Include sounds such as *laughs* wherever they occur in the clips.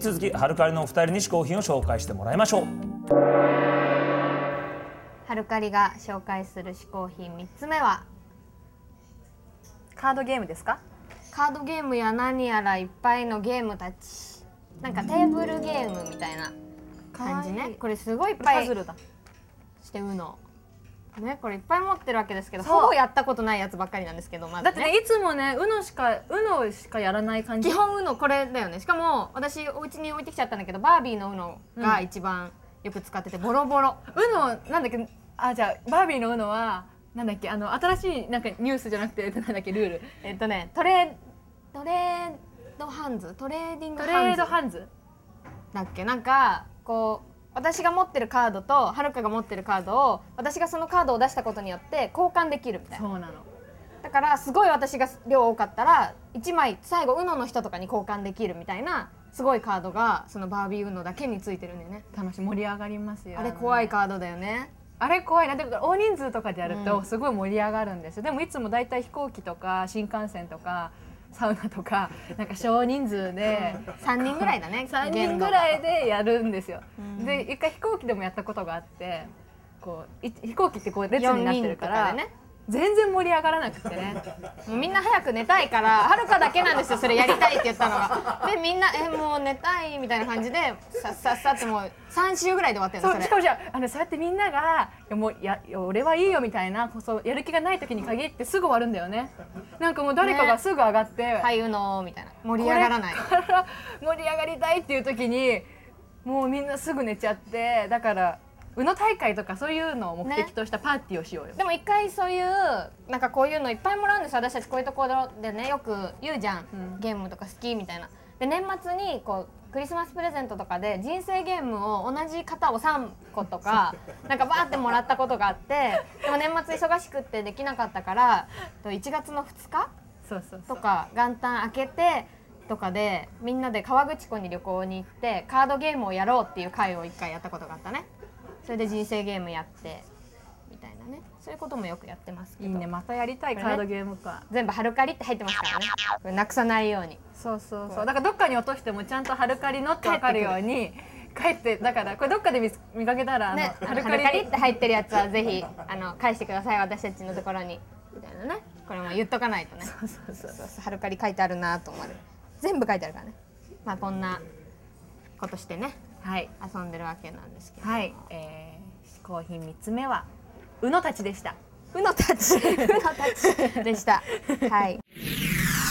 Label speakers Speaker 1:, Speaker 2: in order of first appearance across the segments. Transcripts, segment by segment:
Speaker 1: 続きハルカリのお二人に試行品を紹介してもらいましょう
Speaker 2: ハルカリが紹介する嗜好品3つ目は
Speaker 3: カードゲームですか
Speaker 2: カードゲームや何やらいっぱいのゲームたちなんかテーブルゲームみたいな感じ
Speaker 3: かわい
Speaker 2: ね
Speaker 3: い
Speaker 2: これすごいいっぱ
Speaker 3: パ
Speaker 2: い
Speaker 3: ズルだ
Speaker 2: してうのねこれいっぱい持ってるわけですけど
Speaker 3: そう
Speaker 2: ほぼやったことないやつばっかりなんですけどま
Speaker 3: だ
Speaker 2: だ
Speaker 3: っ
Speaker 2: ね
Speaker 3: てねいつもね UNO しか UNO しかやらない感じ
Speaker 2: 基本うのこれだよねしかも私お家に置いてきちゃったんだけどバービーのうのが一番よく使っててボロボロ
Speaker 3: UNO なんだっけあじゃあバービーの UNO はなんだっけあの新しいなんかニュースじゃなくて *laughs* なんだっけルール
Speaker 2: えっとねトレトレードハンズトレーディング
Speaker 3: ト
Speaker 2: ハン
Speaker 3: レ
Speaker 2: ズ
Speaker 3: ードハンズ
Speaker 2: だっけなんかこう私が持ってるカードとはるかが持ってるカードを私がそのカードを出したことによって交換できるみたいな
Speaker 3: そうなの
Speaker 2: だからすごい私が量多かったら1枚最後 UNO の人とかに交換できるみたいなすごいカードがそのバービー UNO だけについてるんだよね
Speaker 3: 楽しい盛り上がりますよ
Speaker 2: あれ怖い
Speaker 3: か
Speaker 2: カードだよね
Speaker 3: あれ怖いなでも大人数とかでやる
Speaker 2: う
Speaker 3: と
Speaker 2: ん
Speaker 3: すごい盛り上がるんですよ、でもいつもだいたい飛行機とか新幹線とかサウナとかなんか少人数
Speaker 2: *laughs*
Speaker 3: で
Speaker 2: 3人ぐらいだ
Speaker 3: *laughs*
Speaker 2: ね
Speaker 3: 3人ぐら
Speaker 2: い
Speaker 3: いでやるんですよ、
Speaker 2: うん
Speaker 3: で一回飛行機でもやったことがあってこうい飛行機ってこう列になってるから
Speaker 2: 四人とかでね
Speaker 3: 全然盛り上がらなくてね
Speaker 2: もうみんな早く寝たいからはるかだけなんですよそれやりたいって言ったの
Speaker 3: *laughs*
Speaker 2: がでみんな「えもう寝たい」みたいな感じでさっさっさってもう3週ぐらいで終わってる
Speaker 3: そう
Speaker 2: の
Speaker 3: し
Speaker 2: そ
Speaker 3: か
Speaker 2: れ
Speaker 3: もじゃあのそうやってみんながいや「もうやいや俺はいいよ」みたいなこうそうやる気がない時に限ってすぐ終わるんだよねなんかもう誰かがすぐ上がって、
Speaker 2: 「はい UNO」みたいな盛り上がらない
Speaker 3: これから盛り上がりたいっていう時にもうみんなすぐ寝ちゃってだから宇野大会とかそういうのを目的としたパーティーをしようよ、
Speaker 2: でも一回そういうなんかこういうのいっぱいもらうんですよ私たちこういうところでねよく言うじゃん、
Speaker 3: うん
Speaker 2: ゲームとか好きみたいなで年末にこうクリスマスプレゼントとかで人生ゲームを同じ型を3個と
Speaker 3: *laughs*
Speaker 2: かなんかバーってもらったことがあってでも年末忙しくってできなかったからと1月の2日
Speaker 3: そうそうそ
Speaker 2: と
Speaker 3: う
Speaker 2: か元旦明けてとかでみんなで河口湖に旅行に行ってカードゲームをやろうっていう会を一回やったことがあったねそれで人生ゲームやってみたいなねそういうこともよくやってますけ
Speaker 3: いい
Speaker 2: ど
Speaker 3: ねまたやりたいカードゲームか、
Speaker 2: 全部「ハルカリ」って入ってますからねこれなくさないように
Speaker 3: そうそうそうだからどっかに落としてもちゃんとハルカリのって分かるように帰ってだからこれどっかで見つ見かけたら、
Speaker 2: ね
Speaker 3: あの
Speaker 2: ハルカリって入ってるやつはぜひあの返してください私たちのところにみたいなねこれも言っとかないとね
Speaker 3: そうそうそう
Speaker 2: そうそうハルカリ書いてあるなと思われる全部書いてあるからねまあこんなことしてね
Speaker 3: はい
Speaker 2: 遊んでるわけなんですけど
Speaker 3: はいえー、試行品3つ目は宇野たちでした
Speaker 2: うのたち、うのたちで *laughs* した。はい。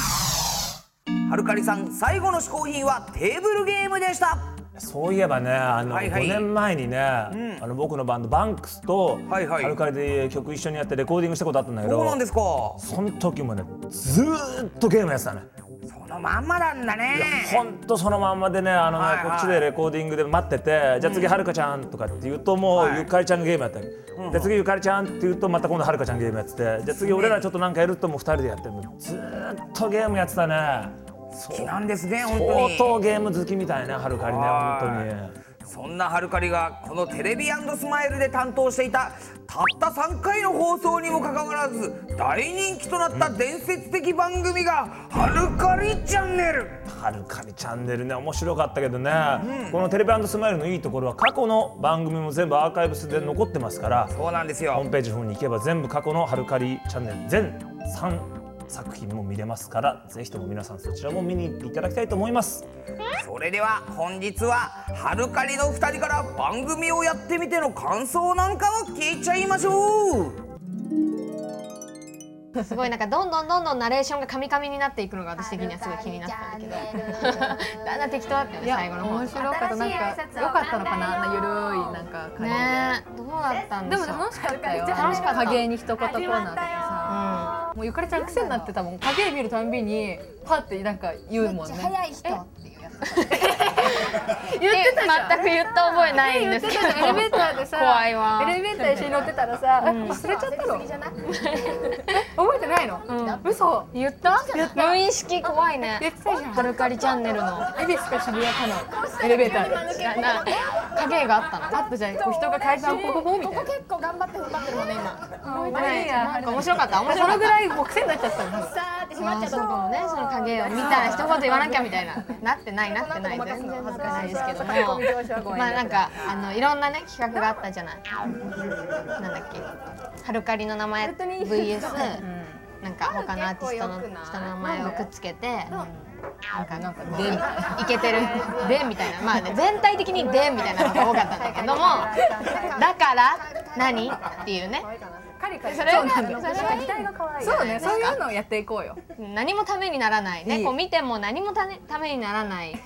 Speaker 4: はるかりさん最後の嗜好品はテーブルゲームでした
Speaker 1: そういえばねあの、
Speaker 4: はいはい
Speaker 1: 5年前にね、あの僕のバンドバンクスと、
Speaker 4: はいはい
Speaker 1: ハルカリで曲一緒にやってレコーディングしたことあったんだけど
Speaker 4: そうなんですか
Speaker 1: その時もねずーっとゲームやってたね
Speaker 4: そのまんまなんだね
Speaker 1: ほんとそのまんまでねあのね、
Speaker 4: はいはい
Speaker 1: こっちでレコーディングで待っててじゃあ次はるかちゃんとかって言うともう、
Speaker 4: はい
Speaker 1: ゆかりちゃんのゲームやったり、で次ゆかりちゃんって言うとまた今度はるかちゃんゲームやっててじゃあ次俺らちょっとなんかやるともう2人でやってるずーっとゲームやってたね
Speaker 4: 好きなんですね本当
Speaker 1: 相
Speaker 4: に
Speaker 1: 当ゲーム好きみたいねはるかりね
Speaker 4: は
Speaker 1: 本当に。
Speaker 4: そんなハルカリがこのテレビスマイルで担当していたたった3回の放送にもかかわらず大人気となった伝説的番組がハルカリチャンネル
Speaker 1: はるかにチャンネルね面白かったけどね、この「テレビスマイル」のいいところは過去の番組も全部アーカイブスで残ってますから
Speaker 4: そうなんです
Speaker 1: ホー
Speaker 4: よ
Speaker 1: ムページの方に行けば全部過去の「はるかりチャンネル」全3作品も見れますからぜひとも皆さんそちらも見に行っていただきたいと思います
Speaker 4: それでは本日はハルカリの2人から番組をやってみての感想なんかを聞いちゃいましょう
Speaker 2: すごいなんかどんどんどんどんナレーションがカミカミになっていくのが私的にはすごい気になってたんだけどだんだん適当だったよね最後の方
Speaker 3: 面白かったなんか良かったのかなあのゆるいなんか感じで、
Speaker 2: ねえどうだったん
Speaker 3: で
Speaker 2: でし
Speaker 3: も
Speaker 2: ょう
Speaker 3: 楽しかったよ
Speaker 2: 楽しかった
Speaker 3: 影絵に一言コーナーとかさ
Speaker 2: う
Speaker 3: もうゆかりちゃん癖になってたもん影絵見るたんびにパッてなんか言うもんね
Speaker 5: い人っていうやつ
Speaker 3: 言
Speaker 2: ん
Speaker 3: ってたじゃん
Speaker 2: 全く言った覚えないん
Speaker 3: 言
Speaker 2: で
Speaker 3: っ
Speaker 2: す
Speaker 3: て
Speaker 2: け
Speaker 3: た
Speaker 2: ど
Speaker 3: じゃんエレベーターでさ
Speaker 2: 怖いわ
Speaker 3: エレベーター一緒に乗ってたらさえ忘れちゃったの
Speaker 5: じゃない
Speaker 3: 覚えてないの嘘言った言った
Speaker 2: 無意識怖いね
Speaker 3: 言ってたじゃん
Speaker 2: はるかりチャンネルのな
Speaker 3: 恵比寿か渋谷かのエレベーターで
Speaker 2: な影があったの
Speaker 3: あったじゃんこう人が階段をポポポみたいな
Speaker 5: 結構頑張って踏ん張ってるもんね今
Speaker 3: ないや
Speaker 2: 面白かった面白
Speaker 3: そ
Speaker 2: か
Speaker 3: の
Speaker 2: っ
Speaker 3: ぐらいもう癖になっちゃったの
Speaker 5: さーってしまっ
Speaker 2: た
Speaker 5: ちゃっ
Speaker 2: あそ
Speaker 5: た
Speaker 2: う
Speaker 5: の
Speaker 2: かもねその影を見たら一言言わなきゃみたいななってないになってない
Speaker 5: この後ごまかすのは
Speaker 2: 全然なってないですけど
Speaker 5: そうそうそう
Speaker 2: も
Speaker 5: 駆け込み乗車ごめん
Speaker 2: まあなんかあのいろんなね企画があったじゃないなんだっけハルカリの名前 VS なんか他のアーティストの
Speaker 5: 結構良くない
Speaker 2: 人の名前をくっつけてなんかなんか
Speaker 3: でみたいな
Speaker 2: イケてる「で」みたいなまあね全体的に「で」みたいなのが多かったんだけどもだから何っていうね
Speaker 5: カリカリ
Speaker 2: それは
Speaker 5: そうなんだ
Speaker 2: それは
Speaker 5: 期待が可愛い
Speaker 3: そうねそういうのをやっていこうよ
Speaker 2: 何もためにならないね
Speaker 3: いい
Speaker 2: こう見ても何もた,、ね、ためにならない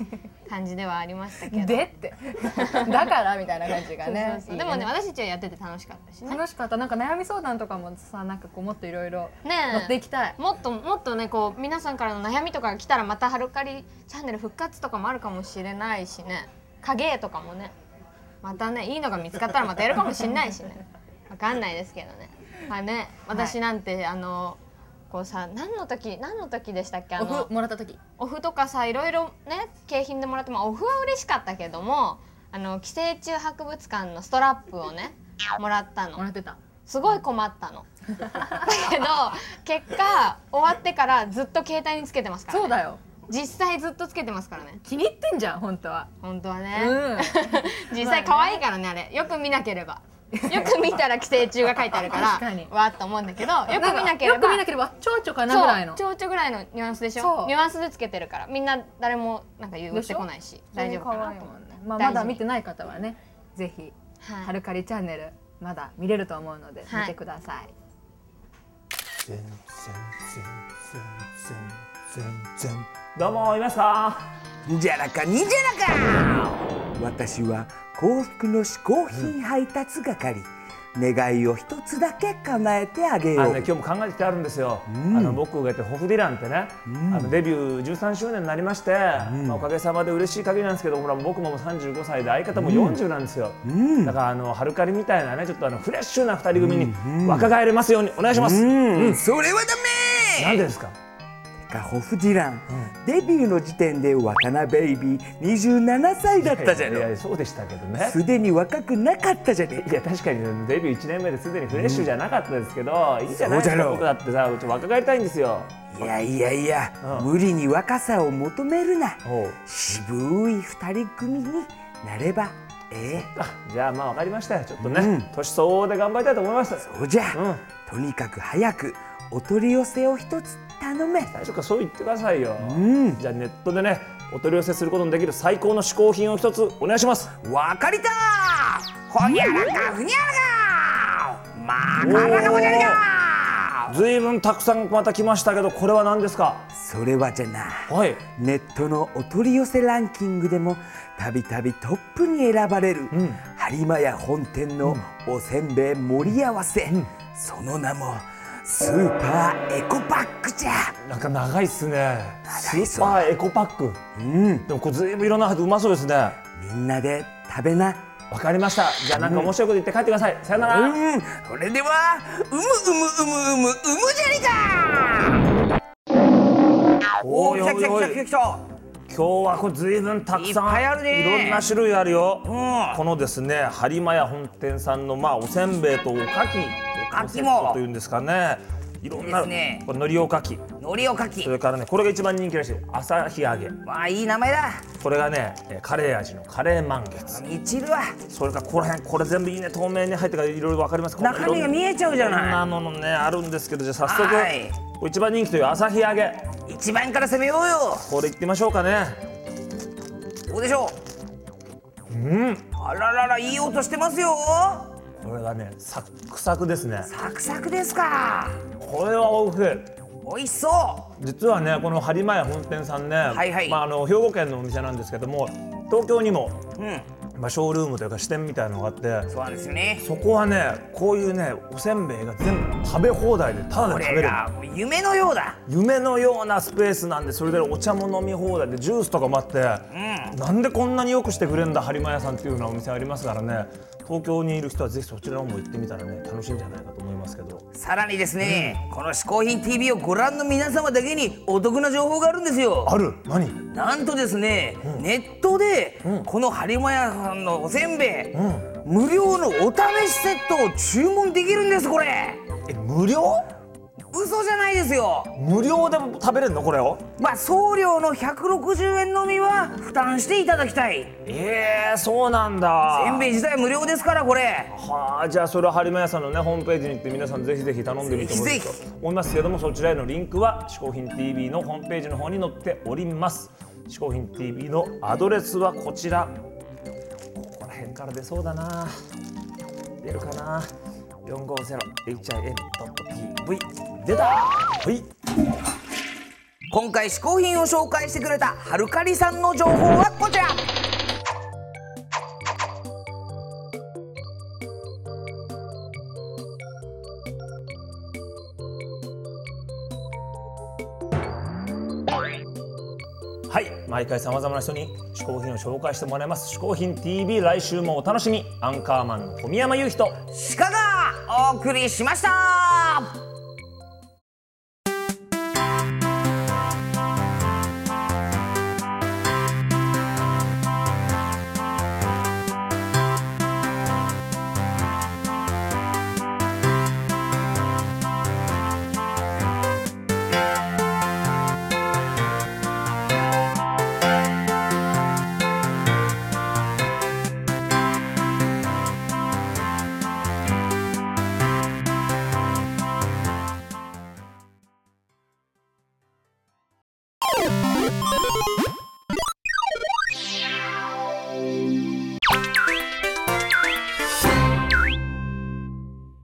Speaker 2: 感じではありましたけど
Speaker 3: でって
Speaker 2: *laughs*
Speaker 3: だからみたいな感じがね
Speaker 2: そうそうでもね私たちはやってて楽しかったしね
Speaker 3: 楽しかったなんか悩み相談とかもさなんかこうもっといろいろ
Speaker 2: ねえ
Speaker 3: 乗っていきたい
Speaker 2: もっともっとねこう皆さんからの悩みとかが来たらまた「はるかりチャンネル」復活とかもあるかもしれないしね影絵とかもねまたねいいのが見つかったらまたやるかもしれないしねわかんないですけどね,、まあね、私なんて、あのこうさ何の時何の時でしたっけあ
Speaker 3: お
Speaker 2: の
Speaker 3: ふもらった時
Speaker 2: オフとかさいろいろね景品でもらってもオフは嬉しかったけどもあの寄生虫博物館のストラップをねもらった
Speaker 3: もら
Speaker 2: の
Speaker 3: ってた
Speaker 2: すごい困ったのだけど結果終わってからずっと携帯につけてますから、ね、
Speaker 3: そうだよ
Speaker 2: 実際ずっとつけてますからね
Speaker 3: 気に入ってんじゃん本当は
Speaker 2: 本当は
Speaker 3: う
Speaker 2: ね、
Speaker 3: ん
Speaker 2: *laughs* 実際可愛いからねあれよく見なければよく見たら寄生虫が書いてあるか
Speaker 3: 確からに
Speaker 2: わーっと思うんだけどよく見なければ
Speaker 3: よく見なければ蝶々かなぐらいの
Speaker 2: そう蝶々ぐらいのニュアンスでし
Speaker 3: そ
Speaker 2: ょ
Speaker 3: う
Speaker 2: ニュアンスでつけてるからみんな誰もなんか言う
Speaker 3: で
Speaker 2: っ
Speaker 3: してょ
Speaker 2: こないし大丈夫かなと思う
Speaker 3: まあ、
Speaker 2: 大
Speaker 3: ま
Speaker 2: 事
Speaker 3: だ
Speaker 2: に
Speaker 3: 見てない方はねぜひ「
Speaker 2: は
Speaker 3: はるかりチャンネル」まだ見れると思うので
Speaker 2: はい
Speaker 3: 見てください、
Speaker 1: 全然全然全然全然どうもいますか
Speaker 4: じゃらかにじゃらか私は幸福の嗜好品配達係、願いを一つだけ叶えてあげよ
Speaker 1: あ
Speaker 4: う、
Speaker 1: のね今日も考えてきてあるんですよ、あの僕がやってるホフディランってね、あのデビュー13周年になりまして、まあおかげさまで嬉しい限りなんですけどほら僕ももう35歳で相方も40なんですよ、だからあのハルカリみたいなねちょっとあのフレッシュな2人組に若返れますようにお願いします、
Speaker 4: うん、それはダメ
Speaker 1: なんでですか
Speaker 4: かホフディラン、デビューの時点で渡辺ベイビー27歳だったじゃ
Speaker 1: いやい
Speaker 4: ね
Speaker 1: やそうでしたけどね
Speaker 4: すでに若くなかったじゃね
Speaker 1: いや確かにデビュー1年目ですでにフレッシュじゃなかったですけど、いいじゃないです
Speaker 4: そうじ
Speaker 1: か
Speaker 4: ゃろう
Speaker 1: 僕だってさうち若返りたいんですよ
Speaker 4: いやいやいや、
Speaker 1: うん
Speaker 4: 無理に若さを求めるな
Speaker 1: おう
Speaker 4: 渋い二人組になればえ
Speaker 1: あじゃあまあ分かりましたよちょっとね、
Speaker 4: うん
Speaker 1: 年相応で頑張りたいと思います
Speaker 4: えそうじゃ、
Speaker 1: うん
Speaker 4: とにかく早くお取り寄せを一つ頼め
Speaker 1: 最初からそう言ってくださいよ、
Speaker 4: ん
Speaker 1: じゃあネットでねお取り寄せすることのできる最高の嗜好品を一つお願いします
Speaker 4: わかりたほにゃらかふにゃらかまあからかもじゃねえか
Speaker 1: ずいぶんたくさんまた来ましたけどこれは何ですか
Speaker 4: それはじゃな
Speaker 1: はい
Speaker 4: ネットのお取り寄せランキングでもたびたびトップに選ばれる、
Speaker 1: ん
Speaker 4: 播磨屋本店のおせんべい盛り合わせ、その名もスーパーエコパックじゃ、
Speaker 1: なんか長いっすねス
Speaker 4: 長いっすね
Speaker 1: ーパーエコパック
Speaker 4: うん、
Speaker 1: でもこれずいぶんいろんなうまそうですね
Speaker 4: みんなで食べな
Speaker 1: わかりましたじゃあなんか面白いこと言って帰ってくださいさよなら、
Speaker 4: うんそれではうむうむうむうむうむじゃりか
Speaker 1: おいおいおい
Speaker 4: 来た
Speaker 1: 今日はこれずいぶんたくさん
Speaker 4: いっぱいあるね
Speaker 1: ろんな種類あるよ、
Speaker 4: ん
Speaker 1: このですね播磨屋本店さんのまあおせんべいとおかき
Speaker 4: おかき
Speaker 1: セッ
Speaker 4: も
Speaker 1: トというんですかねいろんな
Speaker 4: ですね
Speaker 1: これ海苔おかき
Speaker 4: 海苔おかき
Speaker 1: それからねこれが一番人気らしいよ朝日揚げ
Speaker 4: まあいい名前だ
Speaker 1: これがねえーカレー味のカレー満月
Speaker 4: 満ちるわ
Speaker 1: それからここら辺これ全部いいね透明に入ってからいろいろわかります
Speaker 4: 中身が見えちゃうじゃ
Speaker 1: こんな
Speaker 4: な
Speaker 1: ののねあるんですけどじゃあ早速
Speaker 4: はい
Speaker 1: これ一番人気という朝日揚げ
Speaker 4: い一番から攻めようよ
Speaker 1: これいってみましょうかね
Speaker 4: どうでしょ
Speaker 1: うん
Speaker 4: うあらららいい音してますよ
Speaker 1: これがねサックサクですね
Speaker 4: サクサクですか
Speaker 1: これはおいしい
Speaker 4: 美味しそう
Speaker 1: 実はねこの播磨屋本店さんね、
Speaker 4: いはい
Speaker 1: まあ、あの兵庫県のお店なんですけども東京にも、
Speaker 4: うん
Speaker 1: まあ、ショールームというか支店みたいなのがあって
Speaker 4: そうなんですよね
Speaker 1: そこはねこういうねおせんべいが全部食べ放題でただ
Speaker 4: こ
Speaker 1: で食
Speaker 4: れ
Speaker 1: べれる
Speaker 4: がもう夢のようだ
Speaker 1: 夢のようなスペースなんでそれでお茶も飲み放題でジュースとかもあって、なんでこんなによくしてくれんだ播磨屋さんっていうようなお店ありますからね東京にいる人はぜひそちらも行ってみたらね楽しいんじゃないかと思いますけど
Speaker 4: さらにですね、この「嗜好品 TV」をご覧の皆様だけにお得な情報があるんですよ
Speaker 1: ある何
Speaker 4: なんとですね、ネットでこの播磨屋さんのおせんべい、無料のお試しセットを注文できるんですこれ
Speaker 1: え無料
Speaker 4: 嘘じゃないですよ
Speaker 1: 無料でも食べれるのこれを
Speaker 4: まあ送料の160円のみは負担していただきたい
Speaker 1: えー、そうなんだ
Speaker 4: せんべい自体無料ですからこれ
Speaker 1: はあじゃあそれは播磨屋さんのねホームページに行って皆さんぜひぜひ頼んでみてほしいと
Speaker 4: ぜひぜ
Speaker 1: 思いますけどもそちらへのリンクは「嗜好品 TV」のホームページの方に載っております嗜好品 TV のアドレスはこちらここら辺から出そうだな出るかな 450hin.tv 出たはい
Speaker 4: 今回試行品を紹介してくれたはるかりさんの情報はこちら
Speaker 1: はい毎回さまざまな人に嗜好品を紹介してもらいます嗜好品 TV 来週もお楽しみアンカーマンの富山雄人
Speaker 4: 鹿がお送りしました